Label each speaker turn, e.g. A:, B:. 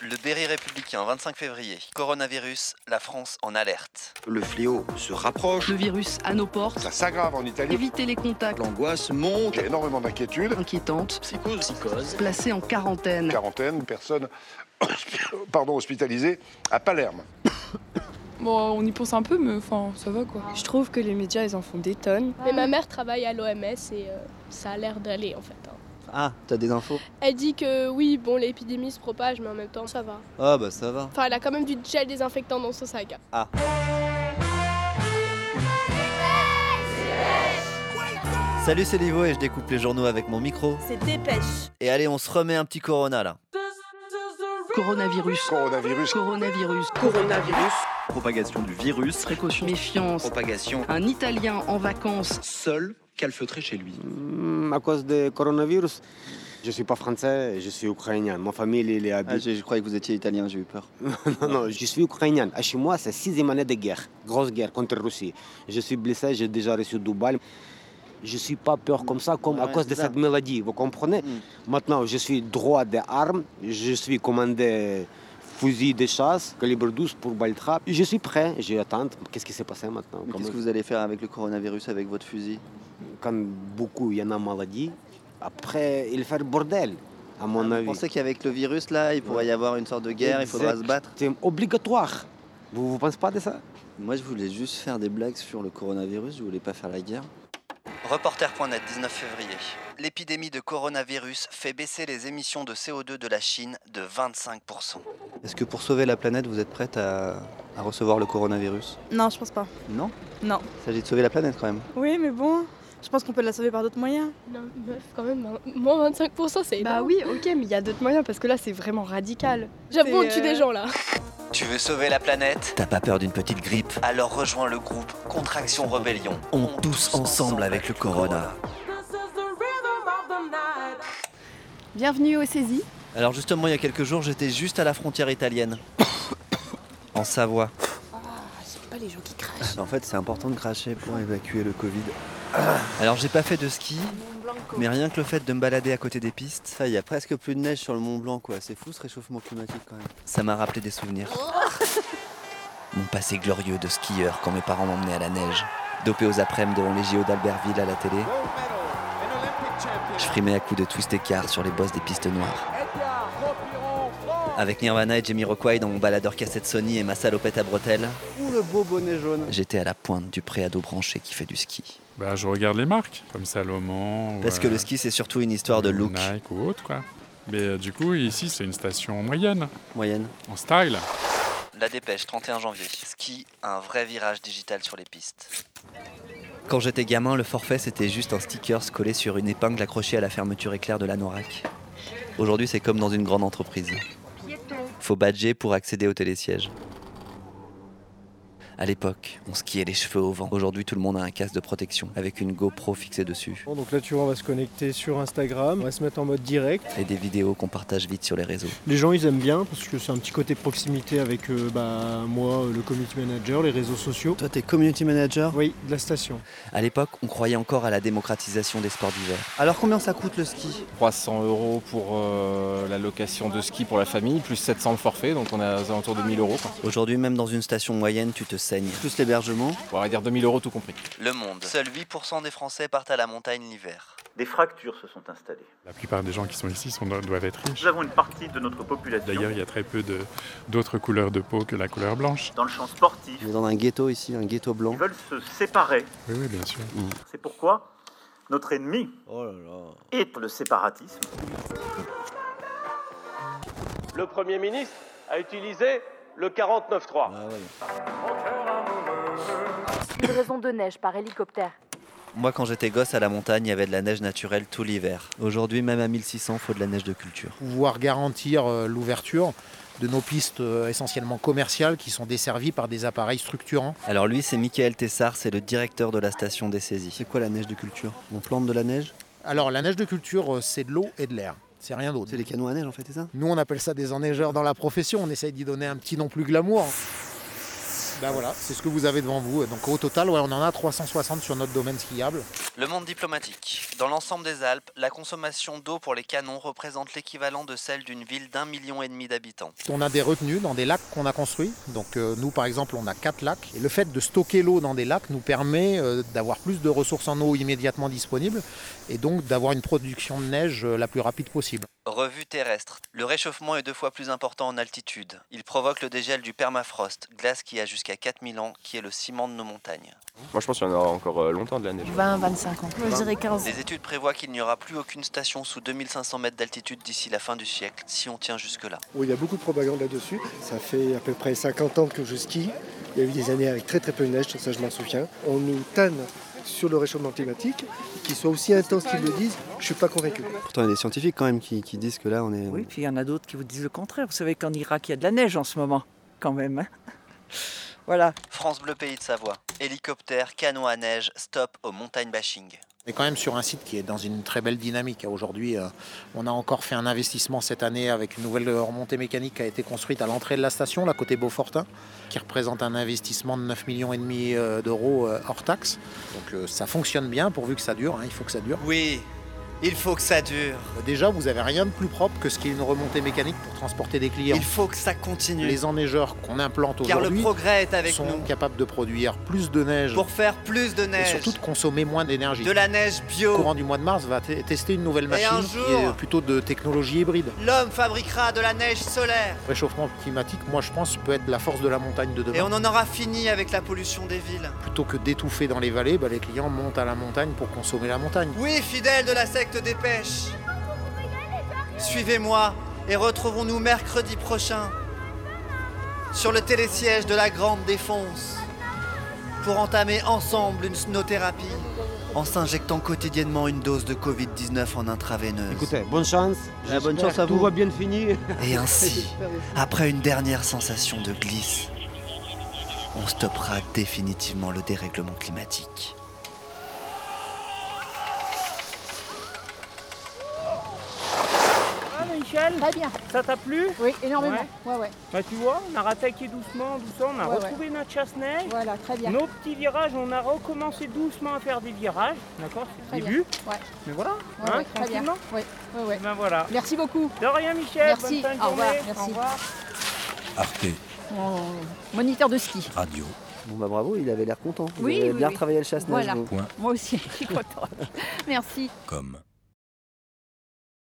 A: Le Berry républicain, 25 février. Coronavirus, la France en alerte.
B: Le fléau se rapproche,
C: Le virus à nos portes.
D: Ça s'aggrave en Italie.
C: Éviter les contacts.
B: l'angoisse monte,
D: J'ai énormément d'inquiétudes.
C: Inquiétante.
B: psychose, psychose.
C: Placé en quarantaine.
D: Quarantaine, personnes pardon, hospitalisées à Palerme.
E: Bon, on y pense un peu, mais enfin, ça va quoi.
F: Je trouve que les médias, ils en font des tonnes.
G: Ah
H: Mais ma mère travaille à l'OMS et euh, ça a l'air d'aller en fait. hein.
I: Ah, t'as des infos
H: Elle dit que oui, bon, l'épidémie se propage, mais en même temps, ça va.
I: Ah bah ça va.
H: Enfin, elle a quand même du gel désinfectant dans son sac. hein.
A: Salut, c'est Livo et je découpe les journaux avec mon micro.
J: C'est dépêche.
A: Et allez, on se remet un petit corona là.
C: Coronavirus.
D: Coronavirus.
C: Coronavirus.
B: Coronavirus,
K: propagation du virus.
C: Précaution. Méfiance.
B: propagation
C: Un Italien en vacances.
B: seul calfeutré chez lui.
L: à cause du coronavirus. Je suis pas français, je suis ukrainien. Ma famille, elle est
I: Ah,
L: habite.
I: je, je croyais que vous étiez italien, j'ai eu peur.
L: Non, non, je suis ukrainien. À chez moi, c'est sixième année de guerre, grosse guerre contre la Russie. Je suis blessé, j'ai déjà reçu deux balles. Je suis pas peur comme ça, comme à
I: Ouais,
L: cause de
I: c'est ça.
L: cette mélodie, vous comprenez
I: Hmm.
L: Maintenant, je suis droit des armes, je suis commandé fusil de chasse, calibre 12 pour Baltrap. Je suis prêt, j'attends. Qu'est-ce qui s'est passé maintenant
I: Mais
L: Comment-
I: Qu'est-ce que vous allez faire avec le coronavirus, avec votre fusil
L: Quand beaucoup, il y en a maladie, après, il fait bordel, à mon
I: Ah, Vous
L: avis.
I: pensez qu'avec le virus là, il pourrait y avoir une sorte de guerre, il faudra se battre
L: C'est obligatoire. Vous ne pensez pas de ça
I: Moi je voulais juste faire des blagues sur le coronavirus, je voulais pas faire la guerre.
A: Reporter.net, 19 février. L'épidémie de coronavirus fait baisser les émissions de CO2 de la Chine de 25%.
I: Est-ce que pour sauver la planète, vous êtes prête à, à recevoir le coronavirus
F: Non, je pense pas.
I: Non
F: Non.
I: Il s'agit de sauver la planète quand même.
F: Oui, mais bon, je pense qu'on peut la sauver par d'autres moyens.
H: Non, meuf, quand même, hein. moins 25%, c'est
F: Bah
H: énorme.
F: oui, ok, mais il y a d'autres moyens parce que là, c'est vraiment radical.
H: J'avoue, on
F: c'est,
H: tue
F: euh,
H: des gens là.
A: Tu veux sauver la planète T'as pas peur d'une petite grippe Alors rejoins le groupe Contraction Rebellion. On tous ensemble avec le corona.
C: Bienvenue au saisie.
A: Alors justement, il y a quelques jours, j'étais juste à la frontière italienne. en Savoie.
I: En fait, c'est important de cracher pour évacuer le Covid.
A: Alors j'ai pas fait de ski, mais rien que le fait de me balader à côté des pistes,
I: Ça, il y a presque plus de neige sur le Mont Blanc quoi. C'est fou ce réchauffement climatique quand même.
A: ça m'a rappelé des souvenirs. Mon passé glorieux de skieur quand mes parents m'emmenaient à la neige. Dopé aux après-midi devant les JO d'Albertville à la télé. Je frimais à coups de twist écart sur les bosses des pistes noires. Avec Nirvana et Jamie Rockway dans mon baladeur cassette Sony et ma salopette à bretelles,
I: Ouh le beau bonnet jaune
A: j'étais à la pointe du préado branché qui fait du ski.
M: Bah, je regarde les marques, comme Salomon. ou,
A: Parce que
M: euh,
A: le ski, c'est surtout une histoire de look
M: Nike ou autre, quoi. Mais euh, du coup, ici, c'est une station moyenne,
I: moyenne.
M: en style.
A: La dépêche, 31 janvier. Ski, un vrai virage digital sur les pistes. Quand j'étais gamin, le forfait c'était juste un sticker collé sur une épingle accrochée à la fermeture éclair de l'anorak. Aujourd'hui, c'est comme dans une grande entreprise. Faut badger pour accéder au télésiège. À l'époque, on skiait les cheveux au vent. Aujourd'hui, tout le monde a un casque de protection avec une GoPro fixée dessus
L: Donc là, tu vois, on va se connecter sur Instagram, on va se mettre en mode direct.
A: et des vidéos qu'on partage vite sur les réseaux.
L: Les gens, ils aiment bien parce que c'est un petit côté proximité avec euh, bah, moi, euh, le community manager, les réseaux sociaux.
I: Toi, t'es community manager
L: Oui, de la station.
A: À l'époque, on croyait encore à la démocratisation des sports d'hiver.
I: Alors combien ça coûte le ski
K: 300 euros pour euh, la location de ski pour la famille, plus 700 le forfait, donc on a aux alentours de 1000 euros. quoi.
A: Aujourd'hui, même dans une station moyenne, tu te saignes.
I: Plus l'hébergement
K: On va dire 2000 euros tout compris.
A: Le Monde. Seuls 8% des Français partent à la montagne l'hiver.
J: Des fractures se sont installées.
M: La plupart des gens qui sont ici sont- doivent être riches.
J: Nous avons une partie de notre population
M: D'ailleurs, il y a très peu de- d'autres couleurs de peau que la couleur blanche.
J: dans le champ sportif.
I: On est dans un ghetto ici, un ghetto blanc.
J: Ils veulent se séparer.
M: Oui, oui, bien sûr.
J: C'est pourquoi notre ennemi
I: Oh là là.
J: est le séparatisme.
L: Le Premier ministre a utilisé le 49.3.
I: Ah ouais.
F: Livraison de neige par hélicoptère.
A: Moi, quand j'étais gosse à la montagne, il y avait de la neige naturelle tout l'hiver. Aujourd'hui, même à 1600, faut de la neige de culture.
L: pouvoir garantir euh, l'ouverture de nos pistes euh, essentiellement commerciales qui sont desservies par des appareils structurants.
A: Alors lui, c'est Michael Tessard, c'est le directeur de la station des saisies.
I: C'est quoi la neige de culture On plante de la neige
L: Alors la neige de culture, euh, c'est de l'eau et de l'air, c'est rien d'autre.
I: C'est les canons à neige en fait, c'est ça
L: Nous on appelle ça des enneigeurs dans la profession, on essaye d'y donner un petit nom plus glamour.
N: Bah voilà, c'est ce que vous avez devant vous. Donc au total, ouais, on en a 360 sur notre domaine skiable.
A: Le monde diplomatique. Dans l'ensemble des Alpes, la consommation d'eau pour les canons représente l'équivalent de celle d'une ville d'un million et demi d'habitants.
N: On a des retenues dans des lacs qu'on a construits. Donc euh, nous, par exemple, on a quatre lacs. Et le fait de stocker l'eau dans des lacs nous permet euh, d'avoir plus de ressources en eau immédiatement disponibles et donc d'avoir une production de neige euh, la plus rapide possible.
A: Revue terrestre. Le réchauffement est deux fois plus important en altitude. Il provoque le dégel du permafrost, glace qui a jusqu'à 4000 ans, qui est le ciment de nos montagnes.
O: Moi, je pense qu'il y en aura encore euh, longtemps de la neige.
P: 20, 25 ans. Moi, je dirais 15.
A: Les études prévoient qu'il n'y aura plus aucune station sous 2500 mètres d'altitude d'ici la fin du siècle, si on tient jusque-là.
Q: Oui, il y a beaucoup de propagande là-dessus. Ça fait à peu près 50 ans que je skie. Il y a eu des années avec très très peu de neige, ça je m'en souviens. On nous tanne sur le réchauffement climatique, qu'il soit aussi intense qu'ils le disent, je suis pas convaincu.
I: Pourtant, il y a des scientifiques quand même qui, qui disent que là, on est.
P: Oui, puis il y en a d'autres qui vous disent le contraire. Vous savez qu'en Irak, il y a de la neige en ce moment, quand même. hein. voilà.
A: France Bleu Pays de Savoie. Hélicoptère, canot à neige, stop au montagne bashing.
N: On est quand même sur un site qui est dans une très belle dynamique. Aujourd'hui, euh, on a encore fait un investissement cette année avec une nouvelle remontée mécanique qui a été construite à l'entrée de la station, là côté Beaufortin, qui représente un investissement de 9 millions et demi euh, d'euros euh, hors taxe. Donc euh, ça fonctionne bien pourvu que ça dure, hein, il faut que ça dure. Euh,
A: Oui, il faut que ça dure.
N: Déjà, vous avez rien de plus propre que ce qui est une remontée mécanique pour transporter des clients.
A: Il faut que ça continue.
N: Les enneigeurs qu'on implante
A: Car le
N: aujourd'hui
A: progrès est avec
N: sont
A: nous.
N: capables de produire plus de neige
A: Pour faire plus de
N: et
A: neige.
N: surtout de consommer moins d'énergie.
A: de la neige
N: Au
A: bio.
N: courant du mois de mars, va te- tester une nouvelle
A: Et
N: machine
A: un
N: qui
A: jour-
N: est plutôt de technologie hybride.
A: L'homme fabriquera de la neige solaire.
N: Le réchauffement climatique, moi je pense, peut être la force de la montagne de demain.
A: Et on en aura fini avec la pollution des villes.
N: Plutôt que d'étouffer dans les vallées, bah, les clients montent à la montagne pour consommer la montagne.
A: Oui, fidèles de la secte des pêches. Suivez-moi et retrouvons-nous mercredi prochain sur le télésiège de la Grande Défonce pour entamer ensemble une snothérapie en s'injectant quotidiennement une dose de Covid-19 en intraveineuse.
L: Écoutez, bonne chance.
I: bonne
L: J'espère
I: chance à
L: que
I: vous.
L: Tout va bien finir.
A: Et ainsi, après une dernière sensation de glisse, on stoppera définitivement le dérèglement climatique.
G: Ah Michel
R: Très bien.
G: Ça t'a plu
R: Oui, énormément. Ouais, ouais.
G: Bah, Tu vois, on a rattaqué doucement, doucement, on a
R: Ouais,
G: retrouvé notre chasse-neige.
R: Voilà, très bien.
G: Nos petits virages, on a recommencé doucement à faire des virages, d'accord C'est
R: Très
G: le
R: bien.
G: début.
R: Ouais.
G: Mais voilà,
R: Ouais,
G: hein,
R: ouais, très bien.
G: tranquillement.
R: Ouais, ouais, ouais.
G: Ben voilà.
R: Merci beaucoup.
G: De rien Michel,
R: Merci.
G: bonne fin de
R: Au revoir,
G: journée.
R: merci.
G: Au revoir.
S: Arte
R: Mon moniteur de ski.
S: Radio.
I: Bon, bah bravo, il avait l'air content. Vous
R: Oui,
I: avez
R: oui,
I: bien
R: oui.
I: travaillé le chasse-neige.
R: Voilà.
I: vous.
R: Moi aussi, je suis contente. Merci.
S: Comme.